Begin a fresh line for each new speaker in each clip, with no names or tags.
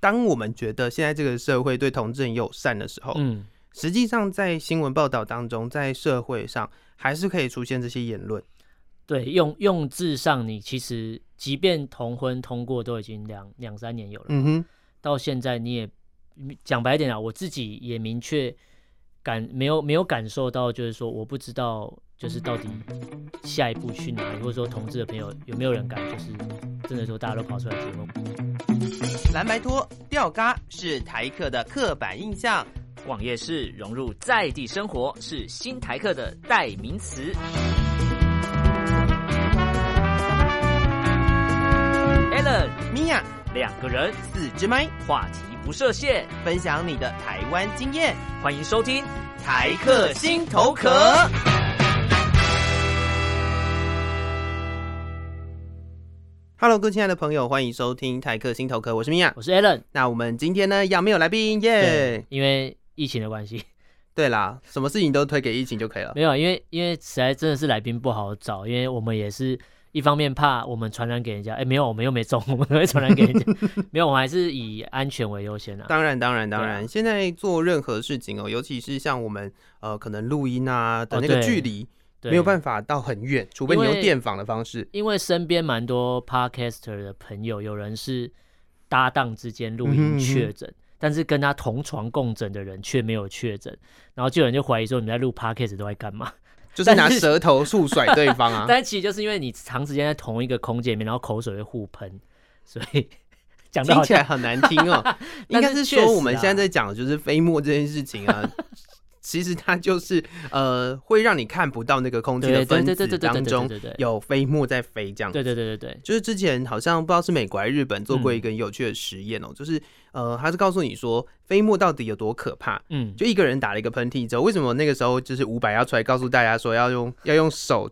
当我们觉得现在这个社会对同志很友善的时候，
嗯，
实际上在新闻报道当中，在社会上还是可以出现这些言论。
对，用用字上，你其实即便同婚通过都已经两两三年有了，
嗯哼，
到现在你也讲白一点啊，我自己也明确感没有没有感受到，就是说我不知道就是到底下一步去哪里，或者说同志的朋友有没有人敢就是真的说大家都跑出来结婚。
蓝白拖、吊嘎是台客的刻板印象。
网页式融入在地生活是新台客的代名词。Allen
米娅，
两个人
四支麦，
话题不设限，
分享你的台湾经验，
欢迎收听
台客心头壳。
Hello，各位亲爱的朋友，欢迎收听台客心头壳，我是米娅。
我是 Alan，
那我们今天呢，一样没有来宾耶。
因为疫情的关系，
对啦，什么事情都推给疫情就可以了。
没有，啊因为因为实在真的是来宾不好找，因为我们也是一方面怕我们传染给人家，哎，没有，我们又没中，我们会传染给人家，没有，我们还是以安全为优先啊。
当然，当然，当
对啊
然，现在做任何事情哦，尤其是像我们呃，可能录音啊的
哦
那个
对
距离、
对
没有办法到很远，除非你
因为
用电访的方式。
因为身边蛮多 podcaster 的朋友，有人是搭档之间录
嗯哼嗯哼
音确诊，但是跟他同床共枕的人却没有确诊，然后就有人就怀疑说你在录 podcast 都在干嘛？
就是拿
但是
舌头 互甩对方啊。
但其实就是因为你长时间在同一个空间里面，然后口水会互喷，所以讲的
听
好
起
像
来很难听 哦、应该
但
是
是确实
说我们
啊
现在在讲的就是飞沫这件事情啊，其实它就是呃会让你看不到那个空气的
对对
分
对对
子
对对对
当中
对对对
有飞沫在飞这样
对对嗯对对对，
就是之前好像不知道是美国还是日本做过一个很有趣的实验哦、就是呃，他是告诉你说飞沫到底有多可怕，
嗯，
就一个人打了一个喷嚏之后，为什么那个时候就是伍佰要出来告诉大家说要用要用手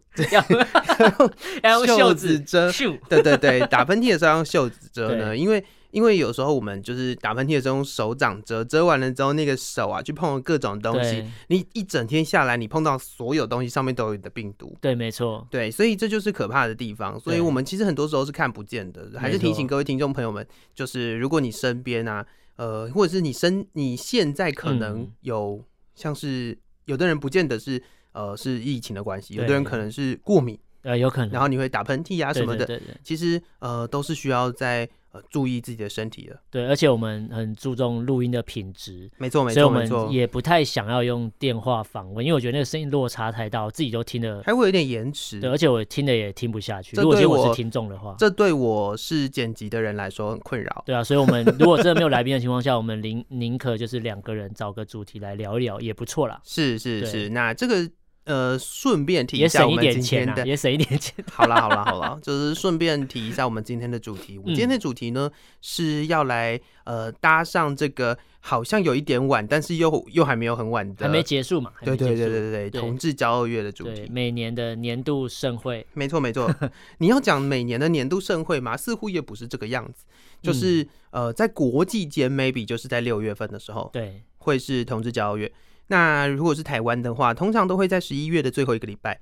要用
袖
袖
子
子
遮
咻，
对对对，打喷嚏的时候要用袖子遮呢，
对
因为因为有时候我们就是打喷嚏的时候用手掌遮，遮完了之后那个手啊去碰了各种东西
对，
你一整天下来，你碰到所有东西上面都有你的病毒。
对，没错，
对，所以这就是可怕的地方。所以
对
我们其实很多时候是看不见的，还是
没错
提醒各位听众朋友们，就是如果你身边啊，呃，或者是你身你现在可能
嗯
有、像是有的人不见得是呃是疫情的关系，有的
对
人可能是过敏，
呃，有可能
然后你会打喷嚏啊
对
什么的，
对对对
其实呃都是需要在呃注意自己的身体的。
对，而且我们很注重录音的品质，
没错，没
所以
错，
我
没
们
错，
也不太想要用电话访问，因为我觉得那个声音落差太大，我自己都听得，
还会有点延迟
对，。而且我听的也听不下去。
嗯这
如果
对
今天
我
我是听众的话，
这对我是剪辑的人来说很困扰。
对啊，所以我们如果真的没有来宾的情况下，我们宁宁可就是两个人找个主题来聊一聊也不错啦，
是是
对
是，那这个呃，顺便 提一
也
下
省
我
一
们
点
今
钱
天
啊
的，，
也省一点钱。
好啦好啦好啦，就是顺便提一下我们今天的主题。我今天
嗯
的主题呢是要来呃搭上这个好像有一点晚，但是又又还没有很晚的，
还没结束嘛？还
对
没
对
结
对
束
对对对，
对
同志骄傲月的主
对
题。
每年的年度盛会，
没错没错， 你要讲每年的年度盛会嘛，似乎也不是这个样子，就是、呃，在国际间 maybe 就是在六月份的时候
嗯对
会是同志骄傲月。那如果是台湾的话，通常都会在十一月的最后一个礼拜，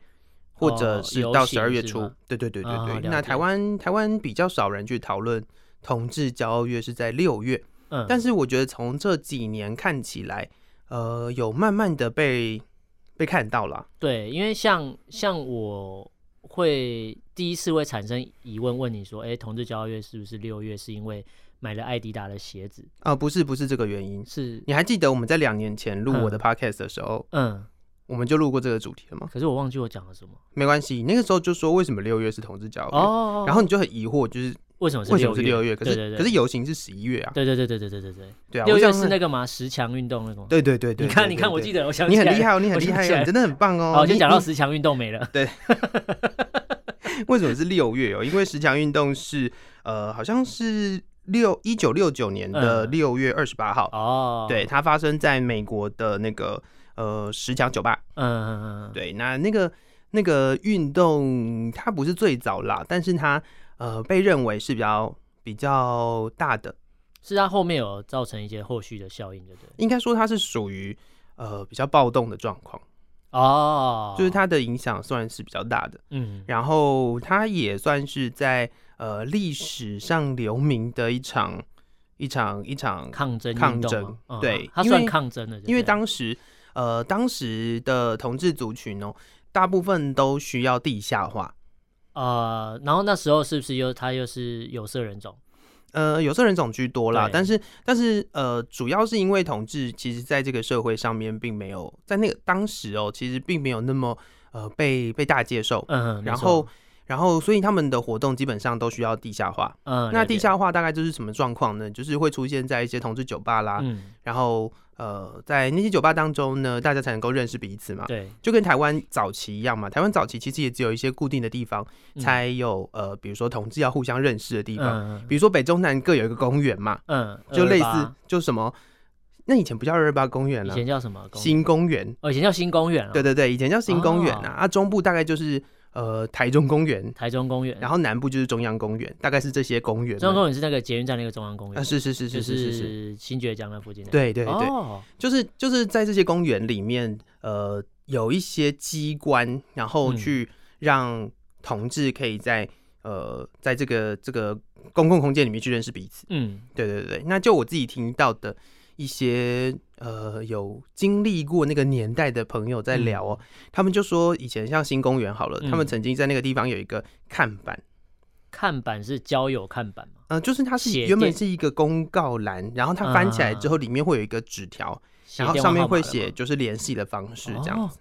或者
哦
是
游
到十
行
二月
是
初
吗。
对对对对
啊
对。
了
那
解
台湾台湾比较少人去讨论同志骄傲月是在六月，
嗯，
但是我觉得从这几年看起来，呃，有慢慢的被被看到了。
对，因为像像我会第一次会产生疑问，问你说，哎，同志骄傲月是不是六月？是因为买了艾迪达的鞋子？
啊、不是不是这个原因。
是，
你还记得我们在两年前录我的
嗯
podcast 的时候，
嗯，
我们就录过这个主题了吗？
可是我忘记我讲了什么。
没关系，那个时候就说为什么六月是同志骄傲月，
哦，
然后你就很疑惑，就是
为什么是
为什么
六
是六月？可是
对对对，
可是游行是十一月啊，
对对对对对对对对，
对啊，
六
我
月
想
是那
很
个嘛十强运动那种。
对对对对，
你看
对
你看，我
对
记得，我想
你很
起来
厉
了。
害哦，你很
我
厉
想
害
起
哦，
来
你真的很棒哦。
哦，就
你
讲到
你
十强运 动没了。
为什么是六月哦？因为十强运动是呃，好像是六一九六九年的
嗯
六月二十八号，
哦，
对，，它发生在美国的那个呃十强酒吧。
嗯嗯嗯，嗯，
对，那那个那个运动，它不是最早啦，但是它呃被认为是比较比较大的，
是它后面有造成一些后续的效应，对不对？
应该说它是属于呃比较暴动的状况，
哦，
就是，它的影响算是比较大的，
嗯，
然后它也算是在呃历史上留名的一场。一场一场
抗争运
抗
动
争
嘛嗯
对
它
因
算
为
抗争了，对不
因为
对
当时呃当时的同志族群哦，大部分都需要地下化。
呃，然后那时候是不是又他又是有色人种？
呃，有色人种居多啦，
对
但是但是呃，主要是因为同志其实在这个社会上面并没有在那个当时哦，其实并没有那么呃被被大家接受，
嗯，没
然
错
后然后所以他们的活动基本上都需要地下化。
嗯，
那
了
地
解
下化大概就是什么状况呢？就是会出现在一些同志酒吧啦，
嗯，
然后呃，在那些酒吧当中呢，大家才能够认识彼此嘛。
对，
就跟台湾早期一样嘛，台湾早期其实也只有一些固定的地方
嗯
才有、呃，比如说同志要互相认识的地方，
嗯
比如说北中南各有一个公园嘛，
嗯，
就类似
228
就什么，那以前不叫二二八公园
以
了、
前叫什么公园？
新公园，
哦，以前叫新公园啊，
对对对，以前叫新公园啊，
哦嗯
啊中部大概就是呃台中公园，
台中公园。
然后南部就是中央公园，大概是这些公园们。
中央公园是那个捷运站那个中央公
啊
园，
是是是
就是
是是是，
是新爵江那附近的。
对对对，
哦，
就是就是在这些公园里面，呃，有一些机关，然后
嗯
去让同志可以在呃，在这个这个公共空间里面去认识彼此。
嗯
对对对，那就我自己听到的一些呃，有经历过那个年代的朋友在聊哦，他们就说以前像新公园好了，
嗯
他们曾经在那个地方有一个看板。
看板是交友看板嘛？
呃，就是它是
写
原本
电啊
是一个公告栏，然后它翻起来之后，里面会有一个纸条，然后上面会写就是联系的方式
是
这样子，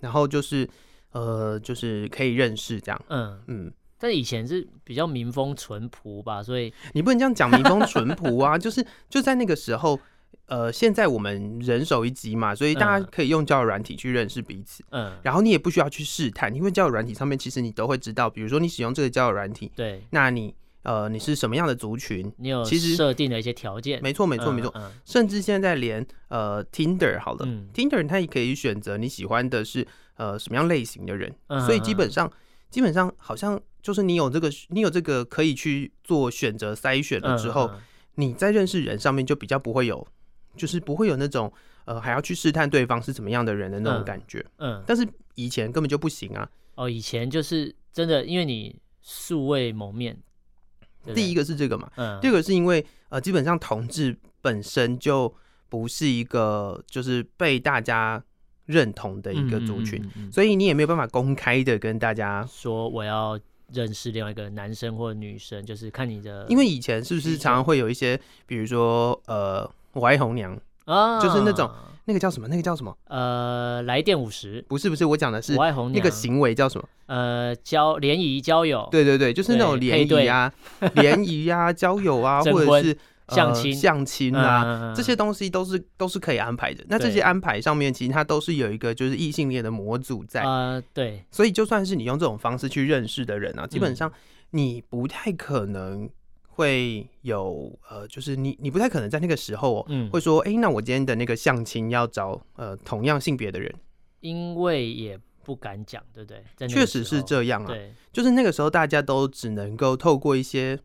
然后就是呃就是可以认识这样，
嗯，
嗯，
但以前是比较民风淳朴吧，所以
你不能这样讲民风淳朴啊， 就是就在那个时候，呃，现在我们人手一机嘛，所以大家
嗯
可以用交友软体去认识彼此，
嗯，
然后你也不需要去试探，因为交友软体上面其实你都会知道，比如说你使用这个交友软体，
对
那你呃你是什么样的族群，
你有
其实
设定了一些条件，
没错没错
嗯
没错，，
嗯
甚至现在连呃 Tinder 好了。
嗯
Tinder 它也可以选择你喜欢的是呃什么样类型的人，
嗯
所以基本上基本上好像就是你有这个你有这个可以去做选择筛选了之后，
嗯嗯
你在认识人上面就比较不会有，就是不会有那种呃还要去试探对方是怎么样的人的那种
嗯
感觉。
嗯，
但是以前根本就不行啊。
哦，以前就是真的，因为你素未谋面，对不对
第一，个是这个嘛，
嗯，
第二
个，
个是因为呃基本上同志本身就不是一个就是被大家认同的一个族群。
嗯，嗯嗯嗯
所以你也没有办法公开的跟大家
说我要认识另外一个男生或女生，就是看你的，
因为以前是不是
需求
常常会有一些，比如说呃，我爱红娘，
啊，
就是那种那个叫什么？那个叫什么？
呃，来电五十，
不是不是，我讲的是
我爱红
那
娘
个行为叫什么？
呃交联谊交友，，
对对对，就是那种
哦对
联
配对
谊啊、 联谊啊、交友啊，
征
或
婚
者是、呃
相亲
相亲啊。
嗯
这些东西都是都是可以安排的。那这
对
些安排上面，其实它都是有一个就是异性恋的模组在，
呃，对，
所以就算是你用这种方式去认识的人啊，基本
嗯
上你不太可能会有呃，就是你你不太可能在那个时候哦，
嗯，
会说，哎、那我今天的那个相亲要找呃同样性别的人，
因为也不敢讲，对不对？在那个
确实
时
是
候，
这样啊。
对，
就是那个时候大家都只能够透过一些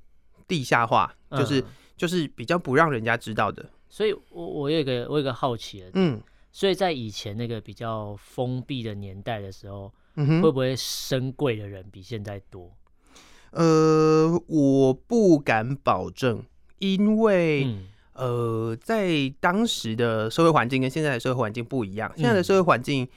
地下化，就是、
嗯
就是比较不让人家知道的。
所以我，我有一个我有一个好奇的，
嗯
所以在以前那个比较封闭的年代的时候，
嗯
会
哼，
不会深贵的人比现在多？
呃，我不敢保证，因为、
嗯，
呃，在当时的社会环境跟现在的社会环境不一样，现在
嗯
的社会环境、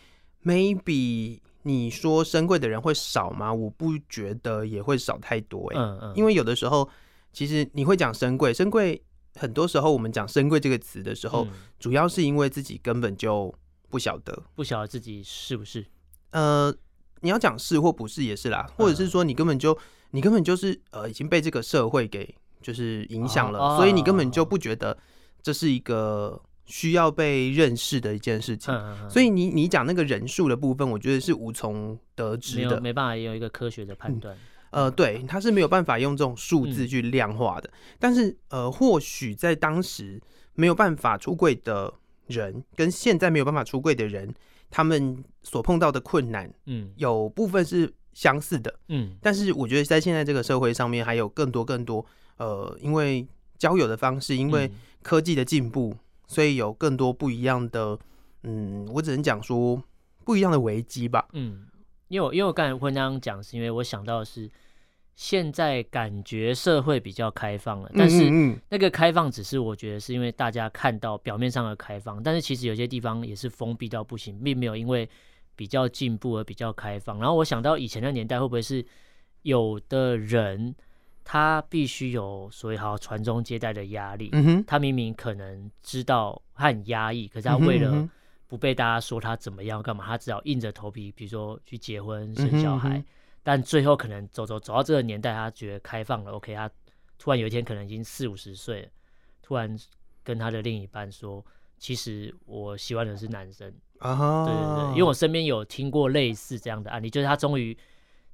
maybe 你说深贵的人会少吗？我不觉得也会少太多、欸，
嗯嗯，
因
为
为有的时候，其实你会讲深贵，深贵很多时候我们讲深贵这个词的时候，
嗯
主要是因为自己根本就不晓得。
不晓得自己是不是，
呃，你要讲是或不是也是啦，或者
嗯
是说你根本就你根本就是呃已经被这个社会给就是影响了，
哦
所以你根本就不觉得这是一个需要被认识的一件事情。
嗯嗯，
所
以
以你你讲那个人数的部分，我觉得是无从得
没
知
有
的。
没办法有一个科学的判断，
呃，对，它是没有办法用这种数
嗯
字去量化的。但是，呃，或许在当时没有办法出柜的人，跟现在没有办法出柜的人，他们所碰到的困难，
嗯
有部分是相似的。
嗯
但是，我觉得在现在这个社会上面，还有更多更多，呃，因为交友的方式，因为
嗯
科技的进步，所以有更多不一样的，嗯，我只能讲说不一样的危机吧。
嗯嗯，因为我因为我刚才会那样讲，是因为我想到的是现在感觉社会比较开放了，但是
嗯嗯
那个开放只是我觉得是因为大家看到表面上的开放，但是其实有些地方也是封闭到不行，并没有因为比较进步而比较开放。然后我想到以前的年代，会不会是有的人他必须有所谓好传宗接代的压力，
嗯哼，
他明明可能知道他很压抑，可是
嗯
他
哼
为
嗯
了
哼
不被大家说他怎么样干嘛，他只好硬着头皮，比如说去结婚
嗯哼
生小孩。
嗯哼
但最后可能走走走到这个年代，他觉得开放了，OK，他突然有一天可能已经四五十岁了，突然跟他的另一半说，其实我喜欢的是男生。
啊，
对对对，因为我身边有听过类似这样的案例，就是他终于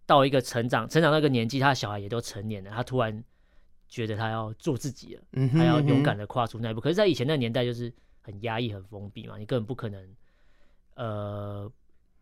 到一个成长成长那个年纪，他的小孩也都成年了，他突然觉得他要做自己了。
嗯哼
还要勇敢
嗯
的跨出那一步。可是，在以前那个年代，就是很压抑、很封闭嘛，你根本不可能，呃，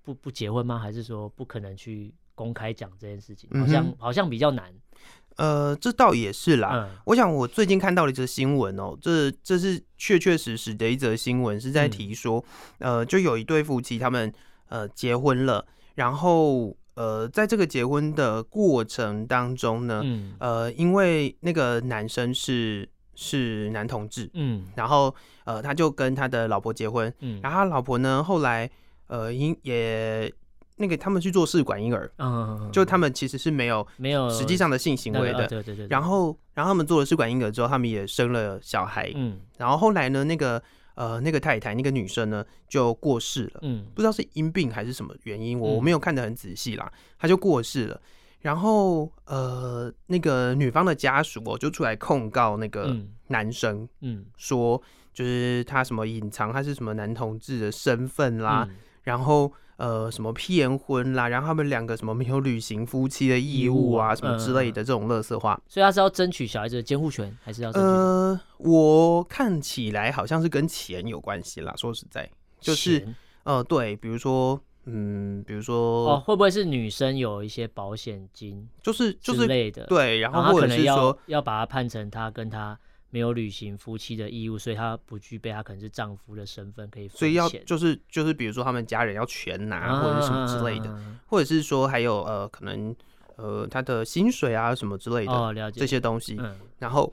不不结婚吗？还是说不可能去公开讲这件事情？好像、
嗯哼
好像比较难。
哼呃，这倒也是啦。
嗯
我想我最近看到了一则新闻哦，这这是确确实实的一则新闻，是在
嗯
提说，呃，就有一对夫妻他们呃结婚了，然后呃，在这个结婚的过程当中呢，
嗯
呃，因为那个男生是是男同志，
嗯
然后呃，他就跟他的老婆结婚，
嗯，
然后他老婆呢后来呃因也那个他们去做试管婴儿，
嗯，
就他们其实是没有
没有
实际上的性行
那个
为
啊
的。
对对对，对
然后，然后他们做了试管婴儿之后，他们也生了小孩。
嗯
然后后来呢，那个呃，那个太太，那个女生呢，就过世了，
嗯
不知道是因病还是什么原因，我
嗯
我没有看得很仔细啦，她就过世了。然后呃，那个女方的家属哦，就出来控告那个
嗯
男生
嗯
说，就是他什么隐藏他是什么男同志的身份啦，
嗯
然后呃什么骗婚啦，然后他们两个什么没有履行夫妻的义
义务
务啊，
啊
什么之
嗯
类
嗯
的这种垃圾话。
所以他是要争取小孩子的监护权，还是要争取什么？
呃，我看起来好像是跟钱有关系啦。说实在，就是
钱
呃，对，比如说，嗯，比如说，
哦，会不会是女生有一些保险金
就是就
之
是
类的？
对，然
然
后
后
或
他可
者
能
是
要
说，
要把他判成他跟他没有履行夫妻的义务，所以他不具备他可能是丈夫的身份，可以
所以要
分钱
就是就是，比如说他们家人要全拿或者是什么之类的，
啊
或者是说还有呃，可能呃他的薪水啊什么之类的
哦，了解
这些东西。
嗯
然后，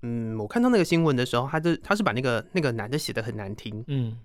嗯，我看到那个新闻的时候，他的他是把那个那个男的写的很难听，
嗯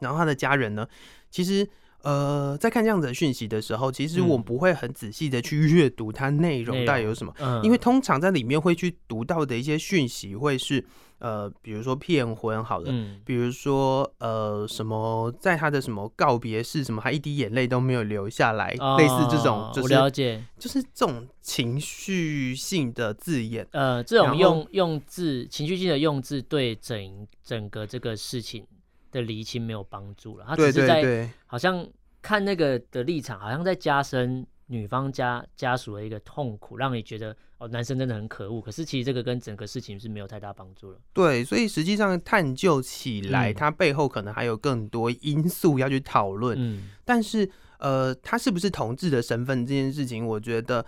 然后他的家人呢，其实呃，在看这样子的讯息的时候，其实我
嗯
们不会很仔细的去阅读它内
内
容到底
容
有什么，
嗯，
因为通常在里面会去读到的一些讯息会是呃，比如说骗婚好了。
嗯
比如说，呃，什么在他的什么告别式，什么还一滴眼泪都没有流下来，类似这种，
哦
就
我了
是
解，
就是这种情绪性的字眼，
呃，这种
然
用用字情绪性的用字对整整个这个事情的厘清没有帮助了，他只
对
是
对
在
对，
好像看那个的立场，好像在加深女方家家属的一个痛苦，让你觉得哦，男生真的很可恶。可是其实这个跟整个事情是没有太大帮助了。
对，所以实际上探究起来，
嗯
它背后可能还有更多因素要去讨论。
嗯
但是，呃，他是不是同志的身份这件事情，我觉得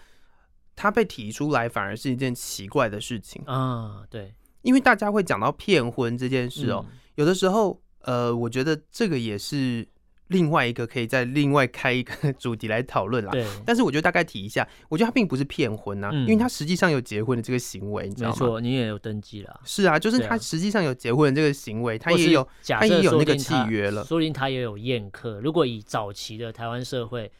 他被提出来反而是一件奇怪的事情，
啊，对，
因为大家会讲到骗婚这件事
嗯
哦，有的时候，呃，我觉得这个也是另外一个可以再另外开一个 主题来讨论啦
嗯，。对，
但是我就大概提一下，我觉得他并不是骗婚啊，因为
嗯
他实际上有结婚的这个行为，你知道
没
吗？
错，你也有登记啦，
是啊，就是
对啊
他实际上有结婚的这个行为，他
或
也
是
有，
假
他
设
也有
说
那
不
个
定他
契约了
说不定他也有宴客。如果以早期的台湾社会。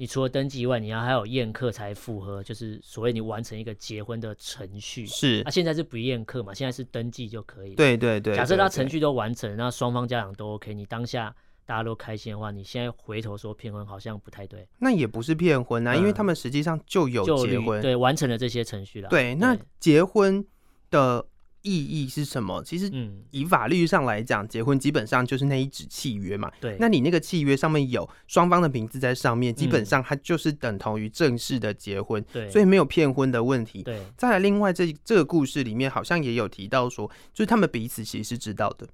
你除了登记以外，你要还有宴客才符合，就是所谓你完成一个结婚的程序。啊
是
那、，现在是不宴客嘛？现在是登记就可以了。
对对对。
假设
对
他
对
程序都完成，那双方家长都 OK，你当下大家都开心的话，你现在回头说骗婚好像不太对，
那也不是骗婚啊，因为
嗯
他们实际上就有
就
结
履
婚，
对啊完成了这些程序了。
对，那结婚的意义是什么？其实
嗯
以法律上来讲，结婚基本上就是那一纸契约嘛。
对，
那你那个契约上面有双方的名字在上面，基本
嗯
上它就是等同于正式的结婚，
对
所以没有骗婚的问题。
对
再来，另外这这个故事里面好像也有提到说，就是他们彼此其实是知道的，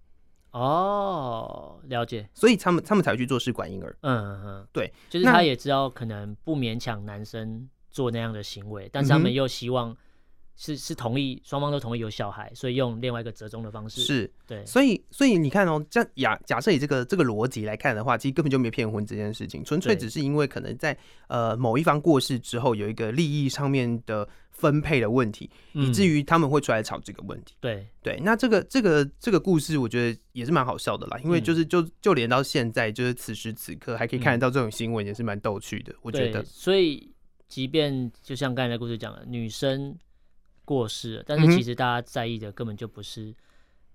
哦，了解，
所以他们他们才会去做试管婴儿。
嗯嗯嗯，
对，
就是
那
他也知道可能不勉强男生做那样的行为，但是他
嗯
们
哼
又希望是是同意双方都同意有小孩，所以用另外一个折中的方式。
是，
对，
所以所以你看哦，这样假假设以这个这个逻辑来看的话，其实根本就没骗婚这件事情，纯粹
对
只是因为可能在呃某一方过世之后有一个利益上面的分配的问题，以至
于
于他们会出来吵这个问题。
嗯对
对，那这个这个这个故事，我觉得也是蛮好笑的啦，因为
嗯
就是就就连到现在，就是此时此刻还可以看得到这种新闻，也是蛮逗趣的。我觉
对，
得，
所以即便就像刚才的故事讲的，女生过世了，但
嗯
是
哼
其实大家在意的根本就不是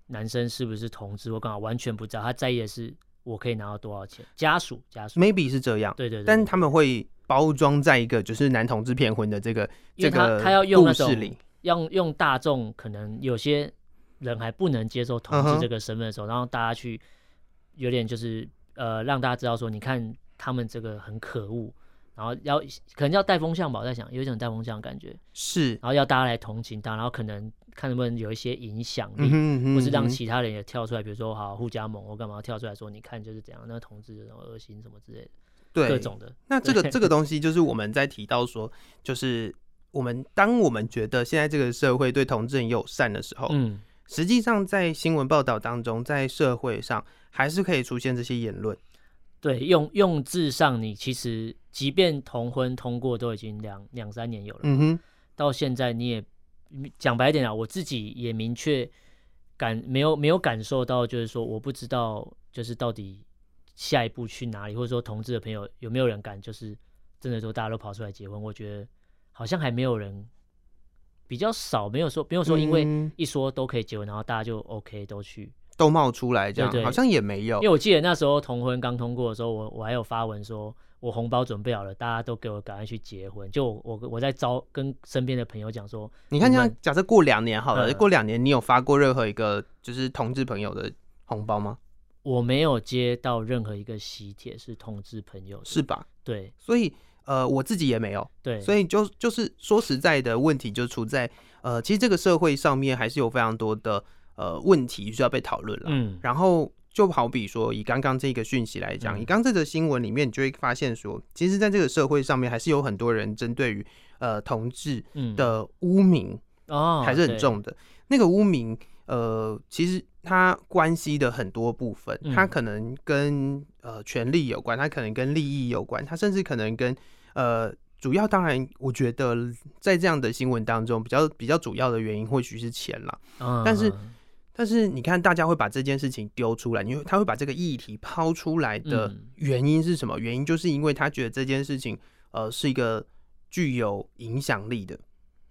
男生是不是同志或干嘛，完全不知道，他在意的是我可以拿到多少钱，家属家属，
maybe 是这样，
对对对，
但是
对
他们会包装在一个就是男同志骗婚的这个
因
这
为他
个
他要用那
故事
种
里，
用用大众可能有些人还不能接受同
嗯
志
哼
这个身份的时候，然后大家去有点就是呃让大家知道说，你看他们这个很可恶，然后要可能要带风向吧，我在想有一种带风向的感觉，
是，
然后要大家来同情他，然后可能看能不能有一些影响
嗯
力。
哼嗯哼，
或是让
嗯哼
其他人也跳出来，比如说好互加盟，我干嘛跳出来说？你看就是怎样，那同志然后恶心什么之类的，
对
各种的，
那这个
对
这个东西，就是我们在提到说，就是我们当我们觉得现在这个社会对同志很友善的时候，
嗯，
实际上在新闻报道当中，在社会上还是可以出现这些言论。
对，用用字上，你其实即便同婚通过都已经两两三年有了，
嗯哼，
到现在你也讲白一点啊，我自己也明确感没有没有感受到，就是说我不知道就是到底下一步去哪里，或者说同志的朋友有没有人敢就是真的说大家都跑出来结婚，我觉得好像还没有人比较少，没有说没有说因为
嗯
一说都可以结婚，然后大家就 OK 都去，
都冒出来这样，
对对
好像也没有
因为。我记得那时候同婚刚通过的时候，我我还有发文说，我红包准备好了，大家都给我赶快去结婚。就我我我在招跟身边的朋友讲说，
你看，
我
像
们
假设过两年好了，
嗯
过两年你有发过任何一个就是同志朋友的红包吗？
我没有接到任何一个喜帖是同志朋友的，
是吧？
对
所以呃，我自己也没有。
对，
所以就就是说实在的问题，就出在呃，其实这个社会上面还是有非常多的呃问题需要被讨论了。
嗯
然后就好比说，以刚刚这个讯息来讲，
嗯
以刚这则新闻里面，你就会发现说，其实在这个社会上面，还是有很多人针对于呃同志
嗯
的污名
哦
还是很
对
重的。那个污名，呃，其实它关系的很多部分，
嗯
它可能跟呃权利有关，它可能跟利益有关，它甚至可能跟呃。主要当然，我觉得在这样的新闻当中，比较比较主要的原因或许是钱啦。
嗯
但是
嗯
但是你看，大家会把这件事情丢出来，因为他会把这个议题抛出来的
嗯
原因是什么？原因就是因为他觉得这件事情，呃，是一个具有影响力的，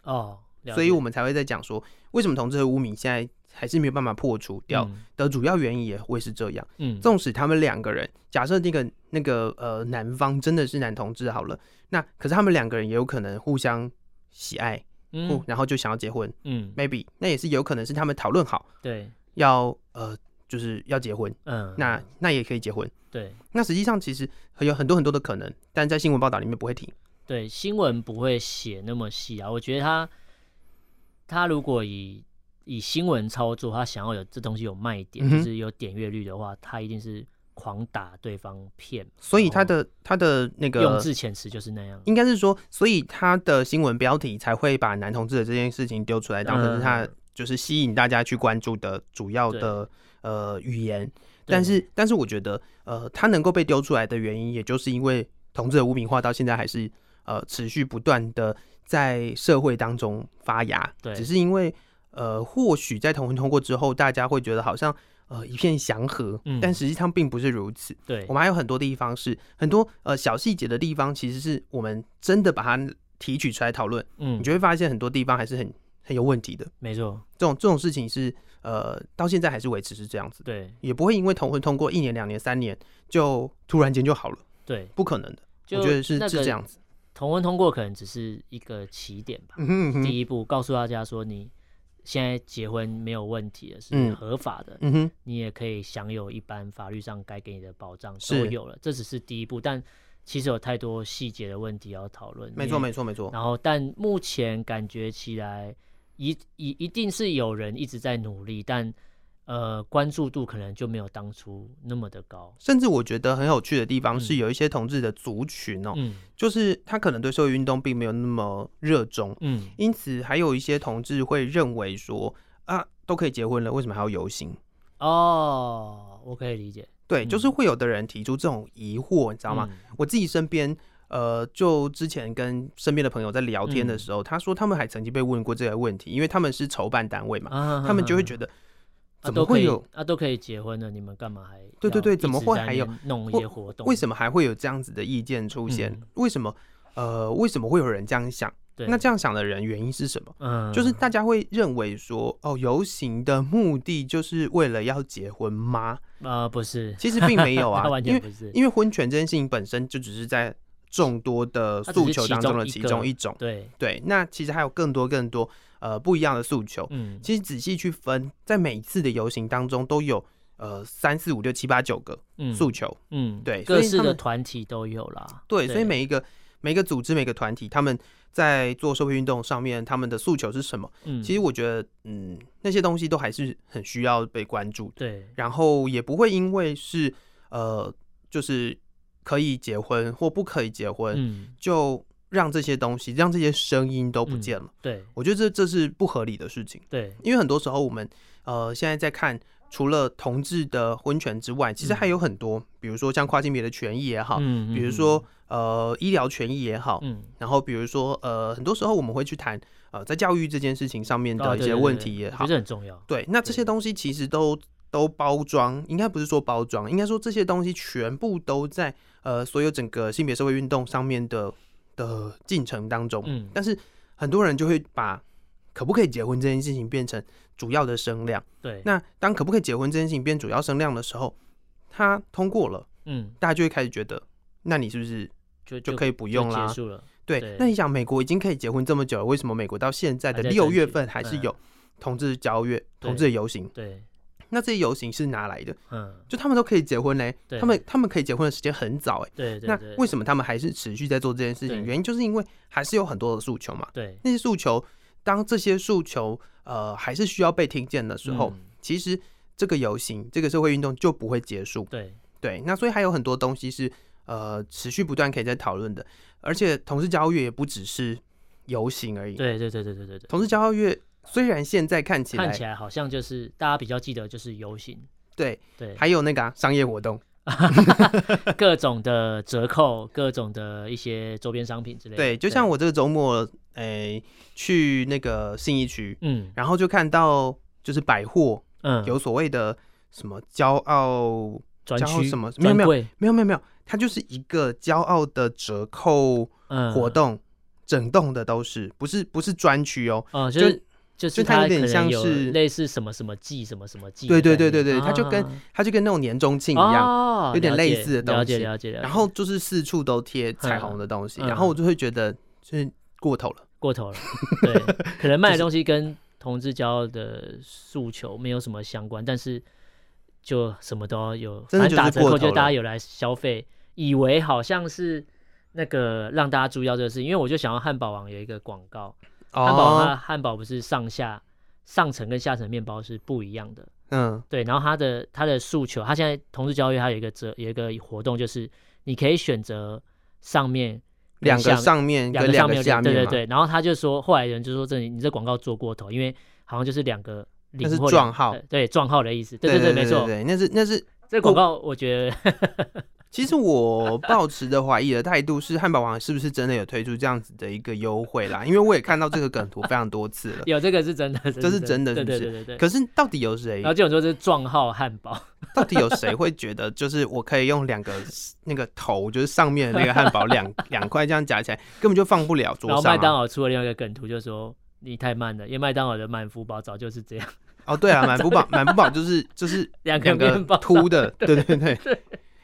哦，了
所以
解
我们才会在讲说，为什么同志的污名现在还是没有办法破除掉
嗯
的主要原因也会是这样。
嗯
纵使他们两个人，假设那个那个呃男方真的是男同志好了，那可是他们两个人也有可能互相喜爱，互
嗯
然后就想要结婚
嗯
，maybe 那也是有可能是他们讨论好。
对
要呃，就是要结婚，
嗯
那那也可以结婚。
对
那实际上其实很有很多很多的可能，但在新闻报道里面不会提。
对新闻不会写那么细啊，我觉得他他如果以以新闻操作，他想要有这东西有卖点，
嗯哼
就是有点阅率的话，他一定是狂打对方骗，
所以
然
他
后
的他的那
哦用
个
字遣词就是那样。
应该是说，所以他的新闻标题才会把男同志的这件事情丢出来，当成是他
嗯
就是吸引大家去关注的主要的呃语言。但
对
是但是我觉得呃，他能够被丢出来的原因，也就是因为同志的污名化到现在还是呃持续不断的在社会当中发芽。
对
只是因为呃，或许在同婚通过之后，大家会觉得好像呃一片祥和，
嗯
但实际上并不是如此。
对
我，们还有很多地方是很多呃小细节的地方，其实是我们真的把它提取出来讨论，
嗯
你，就会发现很多地方还是很很有问题的。
没错，
这种这种事情是呃到现在还是维持是这样子的，
对
也不会因为同婚通过一年、两年、三年就突然间就好了，
对，
不可能的。
就
我觉得是
那
是
个
这样子。
同婚通过可能只是一个起点吧，
嗯哼嗯哼
第一步告诉大家说你现在结婚没有问题了，是
嗯
合法的，
嗯哼，
你也可以享有一般法律上该给你的保障都
是
有了，这只是第一步，但其实有太多细节的问题要讨论。
没错
你也
没错没错。
然后，但目前感觉起来，一一一定是有人一直在努力，但呃关注度可能就没有当初那么的高。
甚至我觉得很有趣的地方
嗯
是，有一些同志的族群哦，
嗯
就是他可能对社会运动并没有那么热衷，
嗯，
因此还有一些同志会认为说啊，都可以结婚了，为什么还要游行？
哦，我可以理解，
对，
嗯
就是会有的人提出这种疑惑，你知
知
道吗？？我自己身边，呃，就之前跟身边的朋友在聊天的
嗯
时候，他说他们还曾经被问过这个问题，因为他们是筹办单位嘛，
啊
他们就会
得
觉得
啊
怎么
都可
会
以
有，
啊，都可以结婚了，你们干嘛还要
对对对
一直
怎么会
在那
还有
边弄一
或
些活动？
为什么还会有这样子的意见出现？
嗯
为什么？呃，为什么会有人这样想？
对？
那这样想的人原因是什么？
嗯，
就是大家会认为说，哦，游行的目的就是为了要结婚吗？
啊，不是，
其实并没有啊
他 完，
因
全
为
不是，
因为婚权这件事情本身就只是在众多的
它只是
诉求当中的
其
其
中
中
一
一种。
对，
对，那其实还有更多更多呃不一样的诉求。
嗯，
其实仔细去分，在每一次的游行当中都有呃三四五六七八九个
嗯
诉求。
嗯，
对所
各
以
式
他
的
们
团体都有啦。
对，所以每一个每一个组织每个团体，他们在做社会运动上面，他们的诉求是什么？
嗯，
其实我觉得，嗯，那些东西都还是很需要被关注的。
对，
然后也不会因为是呃，就是可以结婚或不可以结婚，
嗯，
就让这些东西，让这些声音都不见了。
对
我觉得这这是不合理的事情，
对，
因为很多时候我们呃现在在看，除了同志的婚权之外，其实还有很多，比如说像跨性别的权益也好，
嗯，
比如
嗯，
说呃医疗权益也好，
嗯，
然后比如说呃很多时候我们会去谈呃在教育这件事情上面
啊
的一
对
些
对
问
对
题也
我
好
觉，得很重要。
对，那这
对
些东西其实都都包装，应该不是说包装，应该说这些东西全部都在呃所有整个性别社会运动上面的的进程当中。
嗯
但是很多人就会把可不可以结婚这件事情变成主要的声量。
对，
那当可不可以结婚这件事情变主要声量的时候，它通过了，
嗯，
大家就会开始觉得，那你是不是
就
就可以不
不
用啦
结？束了。
对，
对
那你想，美国已经可以结婚这么久了，为什么美国到现在的
还在
六
争
月
取
份还是
嗯
有同志交月、同
对
志的游行？
对，
那这些游行是哪来的？
嗯，
就他们都可以结婚嘞，
对
他们他们可以结婚的时间很早哎，
对对，
那
对
为什么他们还是持续在做这件事
对
情？原因就是因为还是有很多的诉求嘛。
对
那些诉求，当这些诉求呃还是需要被听见的时候，
嗯
其实这个游行、这个社会运动就不会结束。
对
对，那所以还有很多东西是呃持续不断可以在讨论的，而且同志交月也不只是游行而已。
对对对对对对对，
同志交月虽然现在看起来
看起来好像就是大家比较记得就是游行，
对，
对，
还有那个啊、商业活动。
各种的折扣，各种的一些周边商品之类的。
对，就像，我这个周末，诶、去那个信义区，
嗯
然后就看到就是百货
嗯，
有所谓的什么骄傲，
专
叫
区
什么没有
专
没有
柜
没有没有没有，它就是一个骄傲的折扣
嗯
活，动，整栋的都是，不是不是专区哦，
哦，就
就是
就是
就它有
它
点
可能
像
有
是
类似什么什么季什么什么季的啊哦
对
概念，
对对对对，它
他
就跟它就跟那种年终庆
一
一样。
样
有点类似的东
了解
西
了解了解，
然后就是四处都贴彩虹的东西，
嗯
然后我就会觉得就是过头了。
过头了，对，可能卖的东西跟同志交的诉求没有什么相关，但是就什么都要有，
真的
反正
就是
打折
过
扣
头
就大家
了
有来消费，以为好像是那个让大家注意到这个事情，因为我就想要汉堡王有一个广告，汉堡
哦
王它，汉堡不是上下上层跟下层面包是不一样的，
嗯，
对，然后它的它的诉求，它现在同志交易它有一个折有一个活动，就是你可以选择上面跟
两
下
个上面
两
跟
个上
两
面
个
有
下
对
面
对
嘛
对，然后他就说，后来人就说这你这广告做过头，因为好像就是两个零
那是
或两
撞号
呃对撞号的意思，对
对
对，
对
没错，
对，那是那是。
这广告我觉得。
其实我抱持的怀疑的态度是，汉堡王是不是真的有推出这样子的一个优惠啦？因为我也看到这个梗图非常多次了
有这个是真的，这
这是真的是
对
不
对
是
对对对。
可是到底有谁
然？后就有说这是撞号汉堡，
到底有谁会觉得，就是我可以用两个那个头，就是上面的那个汉堡两两块这样夹起来，根本就放不了
然
桌
后麦
上、
当
啊。
劳出了另外一个梗图，就说你太慢了，因为麦当劳的满福堡早就是这样，
哦，对 啊，满不饱，满不饱就是就是
两个
两个
面包
凸的，对对对。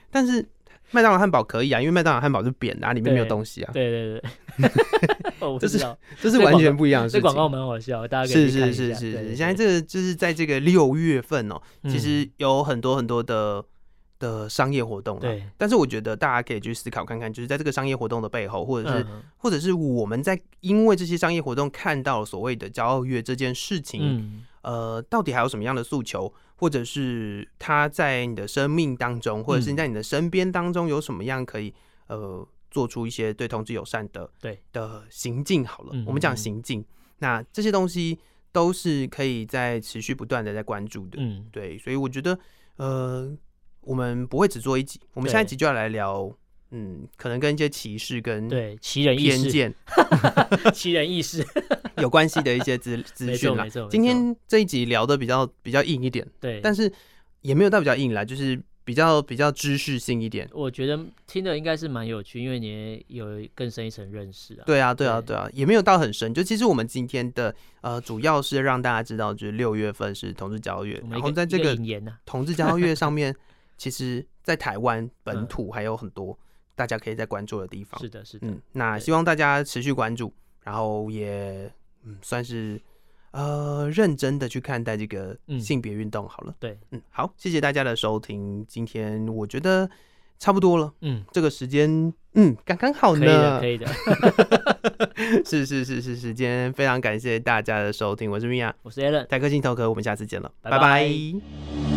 但是麦当劳汉堡可以啊，因为麦当劳汉堡是扁的、啊，里面没有
对
东西啊，
对 对对对，我不
这是
知道
这是
这
完
广
全
告
不一样的事
这
情
广。告蛮好笑的，大家可以
是
去看
是是
一下对
是
对
是，
对
现在这个就是在这个六月份哦，其
嗯
实有很多很多的的商业活动啦。啊
对，
但是我觉得大家可以去思考看看，就是在这个商业活动的背后，啊或者是、
嗯
或者是我们在因为这些商业活动看到所谓的骄傲月这件事情，
嗯
呃，到底还有什么样的诉求，或者是他在你的生命当中，或者是
嗯
在你的身边当中有什么样可以呃做出一些对同志友善的
对
的行径好了，
嗯
我们讲
嗯
行径，那这些东西都是可以在持续不断的在关注的，
嗯，
对，所以我觉得呃，我们不会只做一集，我们
对
下一集就要来聊，嗯，可能跟一些歧视跟
对，奇人异
偏
事，
见
奇人异事，
有关系的一些资资
没
讯
错
啦
没。错。
今
没错
天这一集聊的比较比较硬一点，
对，
但是也没有到比较硬啦，就是比较比较知识性一点。
我觉得听的应该是蛮有趣，因为你也有更深一层认识啊。
对啊，对啊，
对
对啊，也没有到很深。就其实我们今天的呃，主要是让大家知道，就是六月份是同志交流月
我，们
然
一
后
个
在这
一
个
引言啊呐，
同志交流月上 面，其实在台湾本
嗯
土还有很多大家可以在关注的地方。
是的，是的，
嗯，那
对
希望大家持续关注，然后也嗯算是呃认真的去看待这个
嗯
性别运动好了。
对，
嗯，好，谢谢大家的收听，今天我觉得差不多了，
嗯，
这个时间嗯刚刚好
可以的，
呢
可，以的。
是是是是是，今天非常感谢大家的收听，我是米娅，
我是 Alan，
台科镜头壳，我们下次见了，
拜
拜
拜
拜